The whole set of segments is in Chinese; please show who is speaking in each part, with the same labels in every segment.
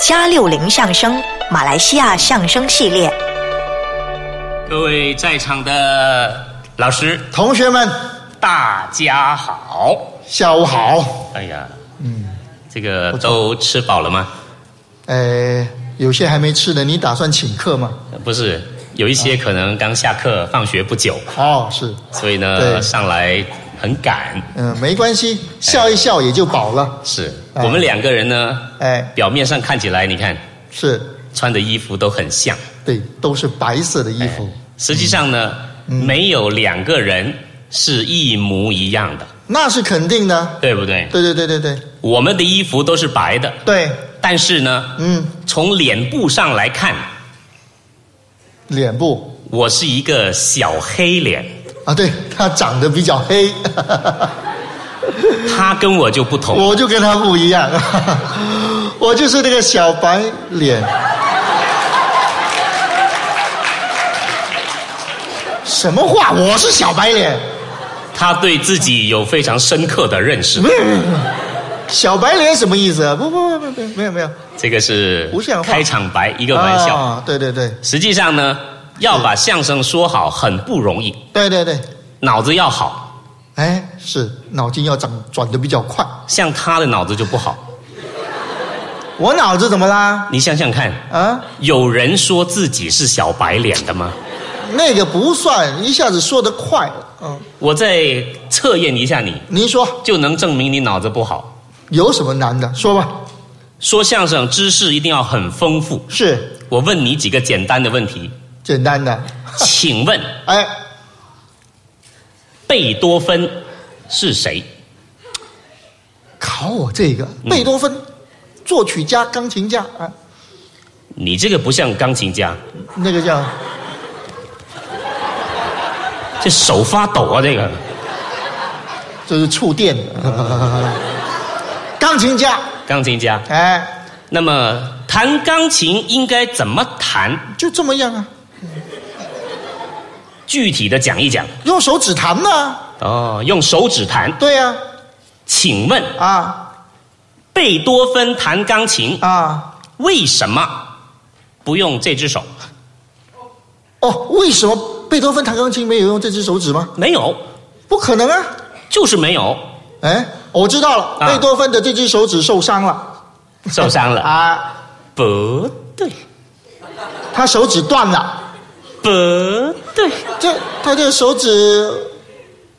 Speaker 1: 加六零相声马来西亚相声系列。
Speaker 2: 各位在场的老师，
Speaker 3: 同学们，
Speaker 2: 大家好！
Speaker 3: 下午好。
Speaker 2: 哎呀，嗯，这个都吃饱了吗？
Speaker 3: 呃，有些还没吃的，你打算请客吗？
Speaker 2: 呃不是，有一些可能刚下课、放学不久，
Speaker 3: 哦，是，
Speaker 2: 所以呢
Speaker 3: 对
Speaker 2: 上来很赶。
Speaker 3: 嗯、没关系，笑一笑也就饱了。
Speaker 2: 是
Speaker 3: 哎
Speaker 2: 我们两个人呢，
Speaker 3: 哎，
Speaker 2: 表面上看起来，你看
Speaker 3: 是
Speaker 2: 穿的衣服都很像，
Speaker 3: 对，都是白色的衣服。
Speaker 2: 实际上呢，没有两个人是一模一样的，
Speaker 3: 那是肯定的。
Speaker 2: 对不对？
Speaker 3: 对对对对对
Speaker 2: 我们的衣服都是白的，
Speaker 3: 对，
Speaker 2: 但是呢，
Speaker 3: 嗯，
Speaker 2: 从脸部上来看，
Speaker 3: 脸部
Speaker 2: 我是一个小黑脸，
Speaker 3: 啊，对，他长得比较黑，
Speaker 2: 他跟我就不同。
Speaker 3: 我就跟他不一样， 我就是那个小白脸。什么话？我是小白脸。
Speaker 2: 他对自己有非常深刻的认识
Speaker 3: 没，有没有没有，小白脸什么意思啊？不不不不不，没有没有，
Speaker 2: 这个是
Speaker 3: 不像话
Speaker 2: 开场白，一个玩笑。
Speaker 3: 啊，对对对
Speaker 2: 实际上呢，要把相声说好很不容易，
Speaker 3: 对对对，
Speaker 2: 脑子要好，
Speaker 3: 哎，是脑筋要转转的比较快。
Speaker 2: 像他的脑子就不好。
Speaker 3: 我脑子怎么啦？
Speaker 2: 你想想看，
Speaker 3: 啊，
Speaker 2: 有人说自己是小白脸的吗？
Speaker 3: 那个不算，一下子说得快。嗯，
Speaker 2: 我再测验一下你，
Speaker 3: 您说
Speaker 2: 就能证明你脑子不好。
Speaker 3: 有什么难的？说吧。
Speaker 2: 说相声知识一定要很丰富。
Speaker 3: 是
Speaker 2: 我问你几个简单的问题，
Speaker 3: 简单的。
Speaker 2: 请问
Speaker 3: 哎，
Speaker 2: 贝多芬是谁？
Speaker 3: 考我这个，贝多芬，作曲家、钢琴家啊，
Speaker 2: 你这个不像钢琴家，
Speaker 3: 那个叫
Speaker 2: 这手发抖啊！这个
Speaker 3: 就是触电的。钢琴家，
Speaker 2: 钢琴家，
Speaker 3: 哎，
Speaker 2: 那么弹钢琴应该怎么弹？
Speaker 3: 就这么样啊。
Speaker 2: 具体的讲一讲
Speaker 3: 用手指弹呢？
Speaker 2: 哦，用手指弹。
Speaker 3: 对呀、
Speaker 2: 请问
Speaker 3: 啊，
Speaker 2: 贝多芬弹钢琴
Speaker 3: 啊啊，
Speaker 2: 为什么不用这只手？
Speaker 3: 哦，为什么贝多芬弹钢琴没有用这只手指吗？
Speaker 2: 没有，
Speaker 3: 不可能啊！
Speaker 2: 就是没有，
Speaker 3: 哎，我知道了，
Speaker 2: 啊
Speaker 3: 贝多芬的这只手指受伤了
Speaker 2: 受伤了。
Speaker 3: 啊，
Speaker 2: 不对，
Speaker 3: 他手指断了，
Speaker 2: 不对，
Speaker 3: 这他这手指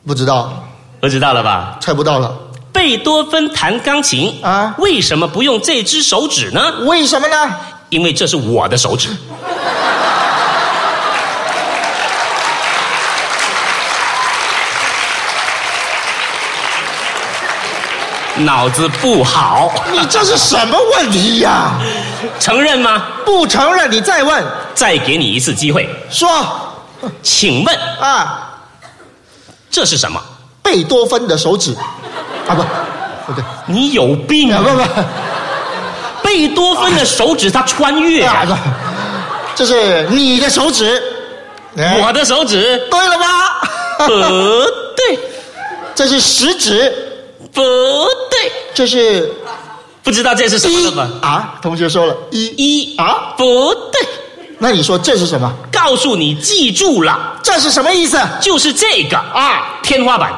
Speaker 3: 不知道，
Speaker 2: 我知道了吧？
Speaker 3: 猜不到了，
Speaker 2: 贝多芬弹钢琴
Speaker 3: 啊
Speaker 2: 为什么不用这只手指呢？
Speaker 3: 为什么呢？
Speaker 2: 因为这是我的手指。脑子不好，
Speaker 3: 你这是什么问题呀、
Speaker 2: 承认吗？
Speaker 3: 不承认你再问，
Speaker 2: 再给你一次机会，
Speaker 3: 说
Speaker 2: 请问
Speaker 3: 啊，
Speaker 2: 这是什么？
Speaker 3: 贝多芬的手指啊，不，不对，啊
Speaker 2: 你有病 啊！
Speaker 3: 不不。
Speaker 2: 贝多芬的手指他穿越
Speaker 3: 啊
Speaker 2: 啊，
Speaker 3: 不，这是你的手指，哎
Speaker 2: 我的手 指
Speaker 3: 对了
Speaker 2: 不
Speaker 3: 吧？
Speaker 2: 对，
Speaker 3: 这是食指，
Speaker 2: 不对，
Speaker 3: 这是
Speaker 2: 不知道这是什么
Speaker 3: 一
Speaker 2: 了吧？
Speaker 3: 啊。同学说了一一，
Speaker 2: 一
Speaker 3: 啊，
Speaker 2: 不对，
Speaker 3: 那你说这是什么？
Speaker 2: 告诉你记住了，
Speaker 3: 这是什么意思？
Speaker 2: 就是这个啊，天花板。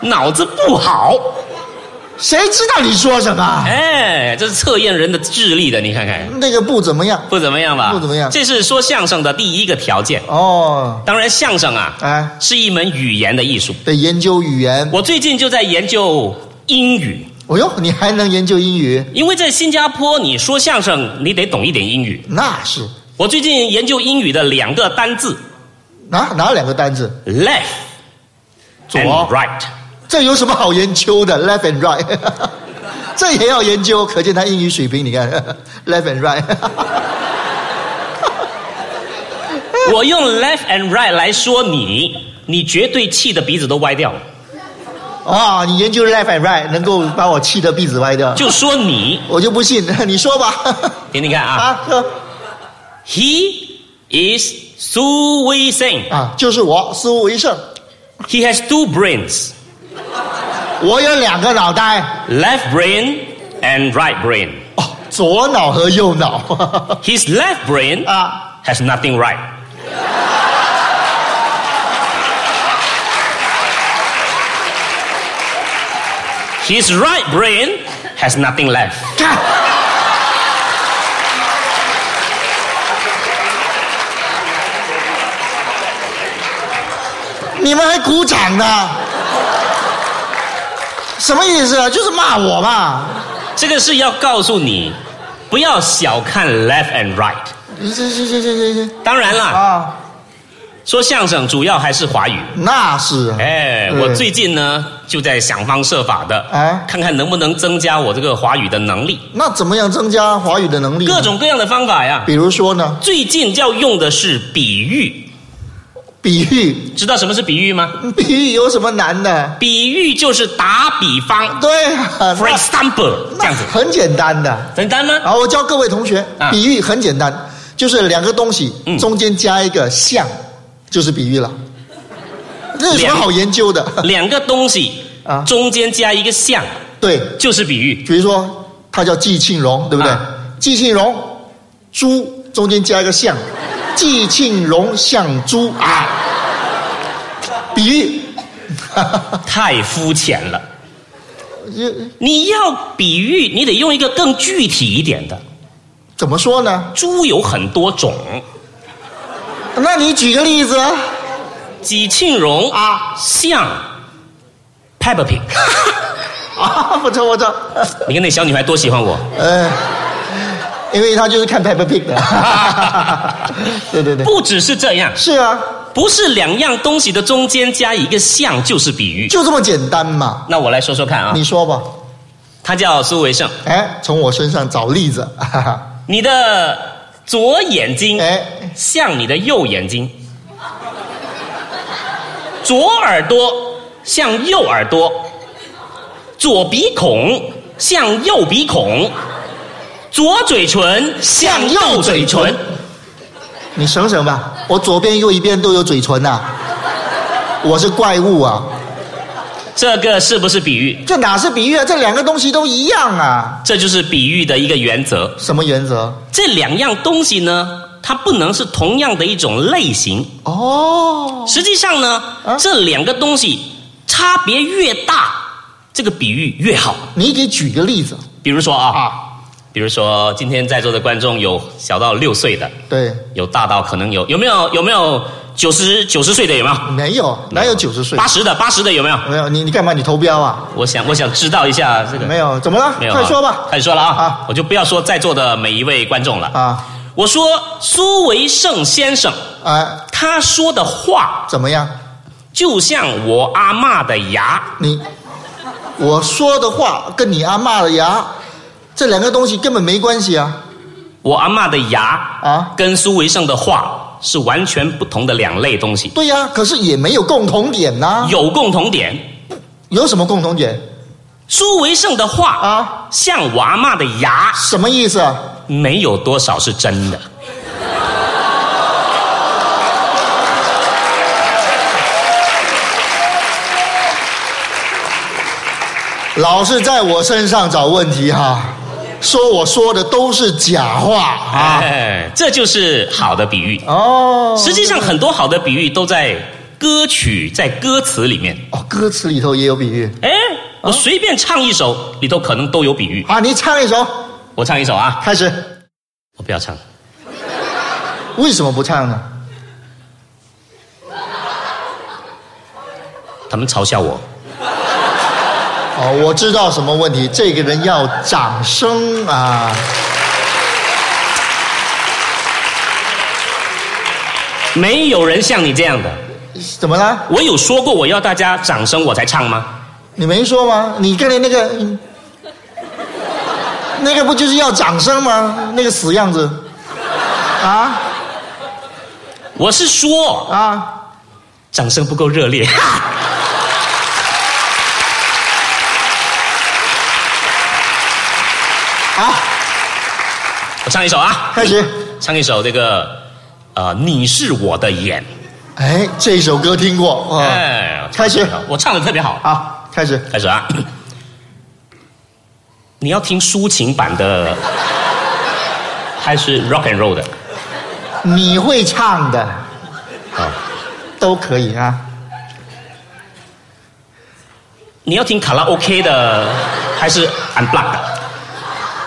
Speaker 2: 脑子不好，
Speaker 3: 谁知道你说什么？
Speaker 2: 哎，这是测验人的智力的，你看看
Speaker 3: 那个不怎么样
Speaker 2: 不怎么样吧？
Speaker 3: 不怎么样
Speaker 2: 这是说相声的第一个条件。
Speaker 3: 哦，
Speaker 2: 当然，相声啊，
Speaker 3: 哎，
Speaker 2: 是一门语言的艺术。
Speaker 3: 得研究语言。
Speaker 2: 我最近就在研究英语，
Speaker 3: 哦哟，你还能研究英语？
Speaker 2: 因为在新加坡你说相声，你得懂一点英语。
Speaker 3: 那是
Speaker 2: 我最近研究英语的两个单字
Speaker 3: 哪哪两个单字？
Speaker 2: ，left
Speaker 3: 左
Speaker 2: and right，
Speaker 3: 这有什么好研究的？Left and right，这 也要研究，可见他英语水平。你看 ，Left and right，
Speaker 2: 我用 left and right 来说你，你绝对气得鼻子都歪掉了。
Speaker 3: 哇、啊你研究 Left and right 能够把我气得鼻子歪掉，
Speaker 2: 就说你，
Speaker 3: 我就不信， 你说吧。
Speaker 2: 听听看啊
Speaker 3: 啊呵
Speaker 2: ，He is Su Wei Sing.
Speaker 3: 啊，就是我苏维盛，
Speaker 2: He has two brains.
Speaker 3: 我有两个脑袋，
Speaker 2: left brain and right brain.
Speaker 3: 哦，左脑和右脑
Speaker 2: His left brain
Speaker 3: 啊。
Speaker 2: has nothing right. 'His right brain has nothing left.
Speaker 3: 看，你们还鼓掌呢？什么意思啊？就是骂我嘛！
Speaker 2: 这个是要告诉你，不要小看 left and right。
Speaker 3: 这这这这这这
Speaker 2: 当然啦，
Speaker 3: 啊，
Speaker 2: 说相声主要还是华语。
Speaker 3: 那是啊
Speaker 2: 哎，
Speaker 3: 对
Speaker 2: 我最近呢就在想方设法的，
Speaker 3: 哎
Speaker 2: 看看能不能增加我这个华语的能力，
Speaker 3: 那怎么样增加华语的能力？
Speaker 2: 各，种各样的方法呀。
Speaker 3: 嗯比如说呢，
Speaker 2: 最近要用的是比喻，
Speaker 3: 比喻，
Speaker 2: 知道什么是比喻吗？
Speaker 3: 比喻有什么难的？
Speaker 2: 比喻就是打比方
Speaker 3: 对啊，
Speaker 2: ，for
Speaker 3: 那
Speaker 2: example，这
Speaker 3: 那啊
Speaker 2: 样子，
Speaker 3: 很简单的。
Speaker 2: 简单吗？
Speaker 3: 好，我教各位同学
Speaker 2: 啊，
Speaker 3: 比喻很简单，就是两个东西
Speaker 2: 嗯
Speaker 3: 中间加一个像，就是比喻了。这有什么好研究的？
Speaker 2: 两个东西
Speaker 3: 啊
Speaker 2: 中间加一个像，
Speaker 3: 对，
Speaker 2: 就是比喻。
Speaker 3: 比如说他叫季庆荣，对不对
Speaker 2: 啊？
Speaker 3: 季庆荣，猪中间加一个像，季庆荣像猪啊，比喻。
Speaker 2: 太肤浅了。你要比喻，你得用一个更具体一点的。
Speaker 3: 怎么说呢？
Speaker 2: 猪有很多种，
Speaker 3: 那你举个例子啊
Speaker 2: 几庆荣
Speaker 3: 啊
Speaker 2: 像 Peppa Pig。
Speaker 3: 啊，不错不错，
Speaker 2: 你看那小女孩多喜欢我，
Speaker 3: 呃，哎因为他就是看 Peppa Pig 的，对对对，
Speaker 2: 不只是这样，
Speaker 3: 是啊，
Speaker 2: 不是两样东西的中间加一个像就是比喻。
Speaker 3: 就这么简单嘛。
Speaker 2: 那我来说说看啊，
Speaker 3: 你说吧，
Speaker 2: 他叫苏维盛，
Speaker 3: 哎，从我身上找例子， 哈哈
Speaker 2: 你的左眼睛
Speaker 3: 哎，
Speaker 2: 像你的右眼睛，左耳朵像右耳朵，左鼻孔像右鼻孔，左嘴唇像右嘴唇。
Speaker 3: 你省省吧，我左边右一边都有嘴唇呐、我是怪物啊，
Speaker 2: 这个是不是比喻？
Speaker 3: 这哪是比喻啊？这两个东西都一样啊，
Speaker 2: 这就是比喻的一个原则。
Speaker 3: 什么原则？
Speaker 2: 这两样东西呢，它不能是同样的一种类型。
Speaker 3: 哦，
Speaker 2: 实际上呢，
Speaker 3: 啊
Speaker 2: 这两个东西差别越大，这个比喻越好。
Speaker 3: 你给举个例子
Speaker 2: 比如说啊，
Speaker 3: 啊？
Speaker 2: 比如说今天在座的观众有小到六岁的，
Speaker 3: 对，
Speaker 2: 有大到可能有有没有有没有九十九十岁的有没有？
Speaker 3: 没有，哪有九十岁
Speaker 2: 八？十的八十的有没有？
Speaker 3: 没有，你你干嘛？你投标啊？
Speaker 2: 我想我想知道一下这个
Speaker 3: 没有，怎么了？
Speaker 2: 没有啊
Speaker 3: 快说吧。
Speaker 2: 快说了啊！
Speaker 3: 啊
Speaker 2: 我就不要说在座的每一位观众了。
Speaker 3: 啊，
Speaker 2: 我说苏维盛先生
Speaker 3: 哎，
Speaker 2: 他说的话，
Speaker 3: 怎么样？
Speaker 2: 就像我阿嬷的牙，
Speaker 3: 你我说的话跟你阿嬷的牙，这两个东西根本没关系啊
Speaker 2: 我阿嬷的牙
Speaker 3: 啊！
Speaker 2: 跟苏维盛的话是完全不同的两类东西，
Speaker 3: 对呀、可是也没有共同点呐、
Speaker 2: 有共同点。
Speaker 3: 有什么共同点
Speaker 2: 苏维盛的话
Speaker 3: 啊
Speaker 2: 像我阿嬷的牙，
Speaker 3: 什么意思啊？
Speaker 2: 没有多少是真的。
Speaker 3: 老是在我身上找问题哈、说我说的都是假话啊！
Speaker 2: 哎，这就是好的比喻。
Speaker 3: 哦，
Speaker 2: 实际上，很多好的比喻都在歌曲、在歌词里面。
Speaker 3: 哦，歌词里头也有比喻
Speaker 2: 哎，我随便唱一首，里头可能都有比喻。
Speaker 3: 啊！你唱一首，
Speaker 2: 我唱一首啊，
Speaker 3: 开始。
Speaker 2: 我不要唱。
Speaker 3: 为什么不唱呢？
Speaker 2: 他们嘲笑我，
Speaker 3: 哦，我知道什么问题，这个人要掌声啊！
Speaker 2: 没有人像你这样的。
Speaker 3: 怎么了？
Speaker 2: 我有说过我要大家掌声我才唱吗？
Speaker 3: 你没说吗？你刚才那个，嗯那个不就是要掌声吗？那个死样子，啊
Speaker 2: 我是说
Speaker 3: 啊！
Speaker 2: 掌声不够热烈。
Speaker 3: 好，
Speaker 2: 我唱一首啊，
Speaker 3: 啊开始。
Speaker 2: 唱一首这个，呃，你是我的眼。
Speaker 3: 哎，这首歌听过，啊，
Speaker 2: 哎，
Speaker 3: 开始。
Speaker 2: 我唱的特别好。
Speaker 3: 好，开始，
Speaker 2: 开始啊！ 你要听抒情版的，还是 rock and roll 的？
Speaker 3: 你会唱的，
Speaker 2: 好，
Speaker 3: 都可以啊。
Speaker 2: 你要听卡拉 OK 的，还是 unplugged 的？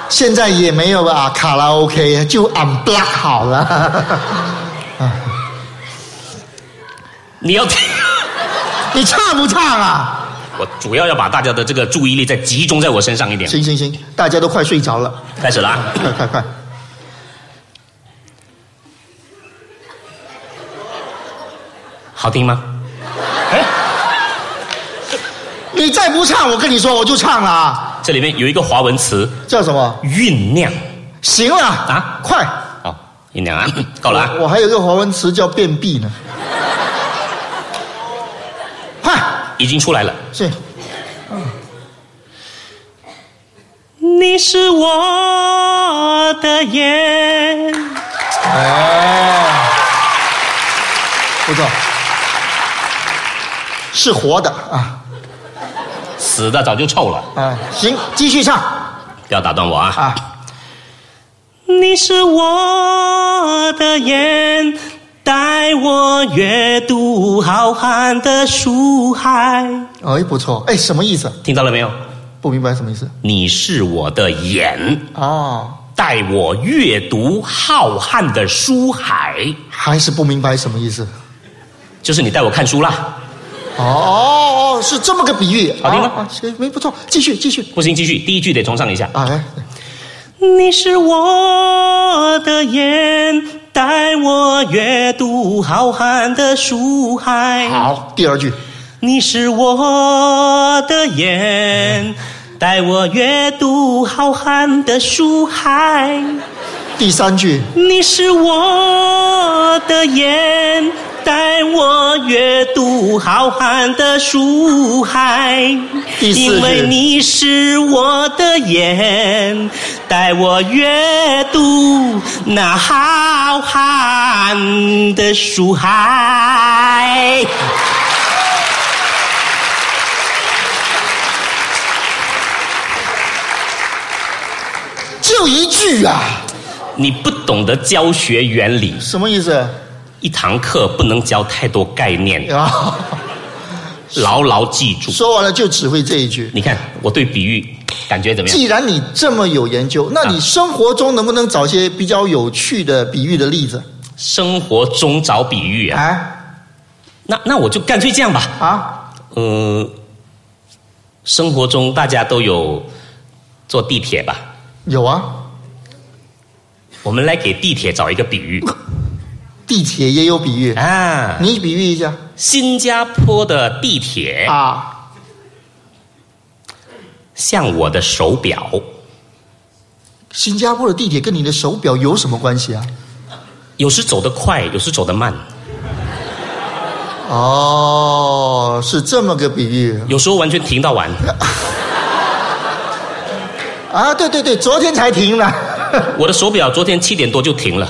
Speaker 3: 现在也没有啊，卡拉 OK 就 unblock 好了。
Speaker 2: 你要听？
Speaker 3: 你唱不唱啊？
Speaker 2: 我主要要把大家的这个注意力再集中在我身上一点。
Speaker 3: 行行行，大家都快睡着了，
Speaker 2: 开始了啊！
Speaker 3: 快快快！
Speaker 2: 好听吗？哎，
Speaker 3: 你再不唱，我跟你说我就唱了啊！
Speaker 2: 这里面有一个华文词
Speaker 3: 叫什么？
Speaker 2: 酝酿
Speaker 3: 行了
Speaker 2: 啊
Speaker 3: 啊，快！
Speaker 2: 哦，酝 酿啊，够了啊！
Speaker 3: 我还有一个华文词叫便秘呢。 快，
Speaker 2: 已经出来了。
Speaker 3: 是
Speaker 2: 你是我的眼，
Speaker 3: 哦，不错，是活的啊！
Speaker 2: 死的早就臭了，
Speaker 3: 哎，行，继续唱
Speaker 2: 不要打断我啊！
Speaker 3: 啊！
Speaker 2: 你是我的眼，带我阅读浩瀚的书海。
Speaker 3: 哎，不错，哎，什么意思？
Speaker 2: 听到了没有？
Speaker 3: 不明白什么意思？
Speaker 2: 你是我的眼，
Speaker 3: 哦，
Speaker 2: 带我阅读浩瀚的书海，
Speaker 3: 还是不明白什么意思？
Speaker 2: 就是你带我看书啦。
Speaker 3: 哦哦哦，是这么个比喻，
Speaker 2: 好听吗
Speaker 3: 啊啊行，没不错，继续继续
Speaker 2: 不行，继续，第一句得重唱一下。
Speaker 3: 啊！来，
Speaker 2: 你是我的眼，带我阅读浩瀚的书海。
Speaker 3: 好，第二句，
Speaker 2: 你是我的眼，带我阅读浩瀚的书海。
Speaker 3: 第三句，
Speaker 2: 你是我的眼，带我阅读浩瀚的书海。
Speaker 3: 第四句
Speaker 2: 因为你是我的眼，带我阅读那浩瀚的书海。
Speaker 3: 就一句啊，
Speaker 2: 你不懂得教学原理，
Speaker 3: 什么意思
Speaker 2: 一堂课不能教太多概念，
Speaker 3: 啊？
Speaker 2: 牢牢记住。
Speaker 3: 说完了就只会这一句。
Speaker 2: 你看我对比喻感觉怎么样？
Speaker 3: 既然你这么有研究，那你
Speaker 2: 啊
Speaker 3: 生活中能不能找些比较有趣的比喻的例子？
Speaker 2: 生活中找比喻啊，
Speaker 3: 啊
Speaker 2: 那那我就干脆这样吧。
Speaker 3: 啊，
Speaker 2: 呃，生活中大家都有坐地铁吧？
Speaker 3: 有啊，
Speaker 2: 我们来给地铁找一个比 喻
Speaker 3: 地铁也有比喻，
Speaker 2: 啊。
Speaker 3: 你比喻一下
Speaker 2: 新加坡的地铁
Speaker 3: 啊，
Speaker 2: 像我的手表，
Speaker 3: 新加坡的地铁跟你的手表有什么关系啊？
Speaker 2: 有时走得快，有时走得慢，
Speaker 3: 哦，是这么个比喻
Speaker 2: 有时候完全停到 完。
Speaker 3: 啊！对对对，昨天才停了。
Speaker 2: 我的手表昨天七点多就停了，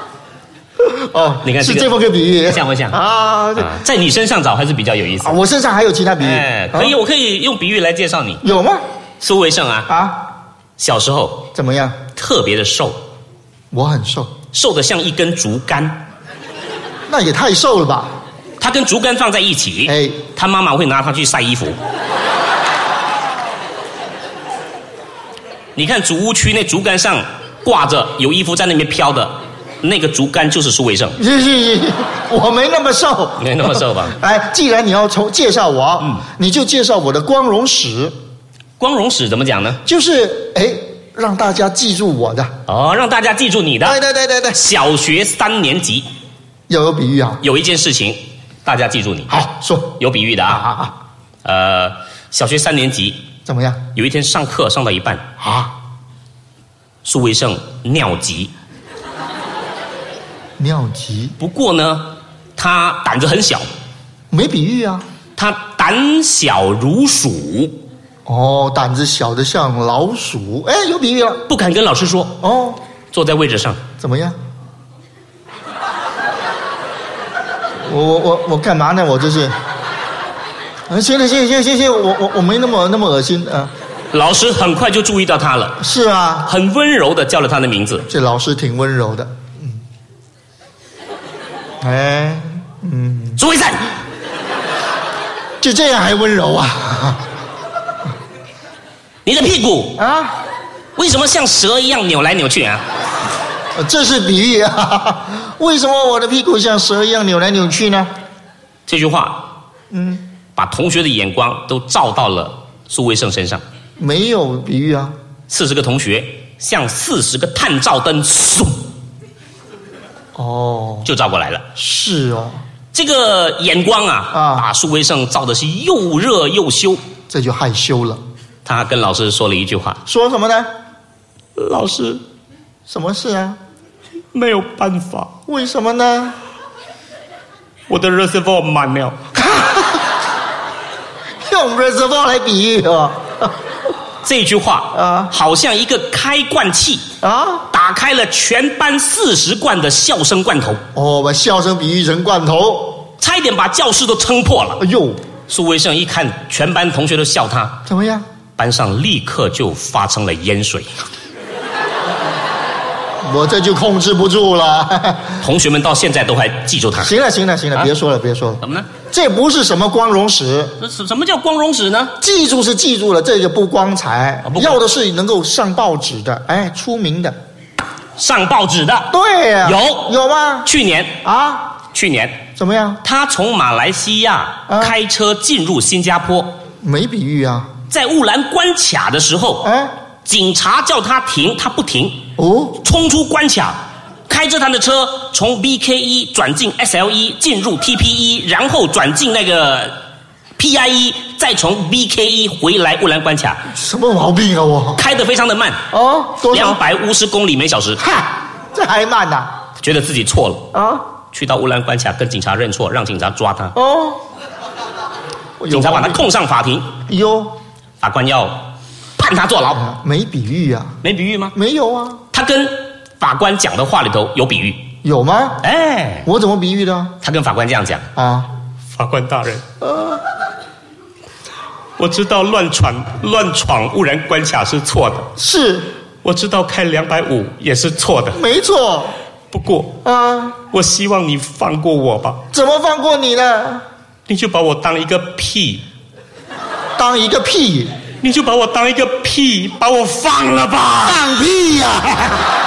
Speaker 3: 哦，
Speaker 2: 你看
Speaker 3: 是
Speaker 2: 这个
Speaker 3: 这么个比喻，
Speaker 2: 像不像
Speaker 3: 啊？对
Speaker 2: 啊在你身上找还是比较有意思
Speaker 3: 啊，。我身上还有其他比喻，
Speaker 2: 哎，可以，
Speaker 3: 啊
Speaker 2: 我可以用比喻来介绍你。
Speaker 3: 有吗？
Speaker 2: 苏维盛啊，
Speaker 3: 啊，
Speaker 2: 小时候
Speaker 3: 怎么样？
Speaker 2: 特别的瘦，
Speaker 3: 我很瘦，
Speaker 2: 瘦得像一根竹竿，
Speaker 3: 那也太瘦了吧？
Speaker 2: 他跟竹竿放在一起，
Speaker 3: 哎，
Speaker 2: 他妈妈会拿它去晒衣服。你看主屋区那竹竿上挂着有衣服在那边飘的，那个竹竿就是苏维盛。
Speaker 3: 是是是，我没那么瘦，
Speaker 2: 没那么瘦吧
Speaker 3: 哎，既然你要从介绍我，
Speaker 2: 嗯
Speaker 3: 你就介绍我的光荣史，
Speaker 2: 光荣史怎么讲呢？
Speaker 3: 就是哎，让大家记住我的。
Speaker 2: 哦，让大家记住你
Speaker 3: 对
Speaker 2: 的。
Speaker 3: 对对对对，
Speaker 2: 小学三年级
Speaker 3: 要有比喻啊。
Speaker 2: 有一件事情，大家记住你，
Speaker 3: 好，说
Speaker 2: 有比喻的
Speaker 3: 啊
Speaker 2: 啊。
Speaker 3: 啊啊，
Speaker 2: 呃，小学三年级
Speaker 3: 怎么样
Speaker 2: 有一天上课上到一半，
Speaker 3: 啊？
Speaker 2: 苏维盛尿急，
Speaker 3: 尿急，
Speaker 2: 不过呢，他胆子很小，
Speaker 3: 没比喻啊。
Speaker 2: 他胆小如鼠，
Speaker 3: 哦，胆子小的像老鼠，哎，有比喻了。
Speaker 2: 不敢跟老师说，
Speaker 3: 哦，
Speaker 2: 坐在位置上，
Speaker 3: 怎么样？我我我我干嘛呢？我这是啊行了，行行行行，我我我没那么那么恶心啊。
Speaker 2: 老师很快就注意到他了，
Speaker 3: 是啊，
Speaker 2: 很温柔的叫了他的名字。
Speaker 3: 这老师挺温柔的。嗯，哎，嗯，
Speaker 2: 朱伟山，
Speaker 3: 就这样还温柔啊？
Speaker 2: 你的屁股
Speaker 3: 啊，
Speaker 2: 为什么像蛇一样扭来扭去啊？
Speaker 3: 这是比喻啊。为什么我的屁股像蛇一样扭来扭去呢？
Speaker 2: 这句话
Speaker 3: 嗯，
Speaker 2: 把同学的眼光都照到了苏威胜身上。
Speaker 3: 没有比喻啊。
Speaker 2: 四十个同学像四十个探照灯，嗖
Speaker 3: 哦，
Speaker 2: 就照过来了。
Speaker 3: 是哦，
Speaker 2: 这个眼光啊，
Speaker 3: 啊
Speaker 2: 把苏威胜照的是又热又羞。
Speaker 3: 这就害羞了。
Speaker 2: 他跟老师说了一句话
Speaker 3: 说什么呢？：“
Speaker 2: 老师，
Speaker 3: 什么事啊？
Speaker 2: 没有办法，
Speaker 3: 为什么呢？
Speaker 2: 我的 reservoir 满了。
Speaker 3: 用 reservoir 来比喻哦。”
Speaker 2: 这句话啊
Speaker 3: 啊，
Speaker 2: 好像一个开罐器，
Speaker 3: 啊，
Speaker 2: 打开了全班四十罐的笑声罐头，
Speaker 3: 哦，把笑声比喻成罐头。
Speaker 2: 差一点把教室都撑破了。
Speaker 3: 哎呦，
Speaker 2: 苏威胜一看，全班同学都笑他，
Speaker 3: 怎么样？
Speaker 2: 班上立刻就发生了淹水，
Speaker 3: 我这就控制不住了。
Speaker 2: 同学们到现在都还记住他。
Speaker 3: 行了，行了，行了，
Speaker 2: 啊
Speaker 3: 别说了，别说了，
Speaker 2: 怎么呢？
Speaker 3: 这不是什么光荣史，
Speaker 2: 这什什么叫光荣史呢？
Speaker 3: 记住是记住了，这啊个不光彩
Speaker 2: 不，光
Speaker 3: 要的是能够上报纸的，哎，出名的。
Speaker 2: 上报纸的。
Speaker 3: 对呀、
Speaker 2: 有
Speaker 3: 有吗？
Speaker 2: 去年，
Speaker 3: 啊，
Speaker 2: 去年
Speaker 3: 怎么样？
Speaker 2: 他从马来西亚
Speaker 3: 啊
Speaker 2: 开车进入新加坡，
Speaker 3: 没比喻啊？
Speaker 2: 在乌兰关卡的时候，
Speaker 3: 哎，
Speaker 2: 警察叫他停，他不停，
Speaker 3: 哦，
Speaker 2: 冲出关卡，开着他的车从 BKE 转进 SLE，进入 TPE，然后转进那个 PIE，再从 BKE 回来乌兰关卡，
Speaker 3: 什么毛病啊我？
Speaker 2: 开得非常的慢，
Speaker 3: 哦，多
Speaker 2: 两
Speaker 3: 少？
Speaker 2: 百五十公里每小时，
Speaker 3: 哈，这还慢呐、
Speaker 2: 觉得自己错了，
Speaker 3: 啊，
Speaker 2: 去到乌兰关卡跟警察认错，让警察抓他，
Speaker 3: 哦，有
Speaker 2: 警察把他
Speaker 3: 毛病
Speaker 2: 控上法庭，
Speaker 3: 哟、
Speaker 2: 法官要判他坐牢，
Speaker 3: 啊，没比喻啊，
Speaker 2: 没比喻吗？
Speaker 3: 没有啊，
Speaker 2: 他跟法官讲的话里头有比喻，
Speaker 3: 有吗？
Speaker 2: 哎，
Speaker 3: 我怎么比喻的啊
Speaker 2: 他跟法官这样讲，
Speaker 3: 啊？
Speaker 2: 法官大人，我知道乱闯乱闯污染关卡是错的，
Speaker 3: 是，
Speaker 2: 我知道开两百五也是错的。
Speaker 3: 没错
Speaker 2: 不过，
Speaker 3: 啊，
Speaker 2: 我希望你放过我吧，
Speaker 3: 怎么放过你呢？
Speaker 2: 你就把我当一个屁，
Speaker 3: 当一个屁，
Speaker 2: 你就把我当一个屁，把我放了吧。
Speaker 3: 放屁呀、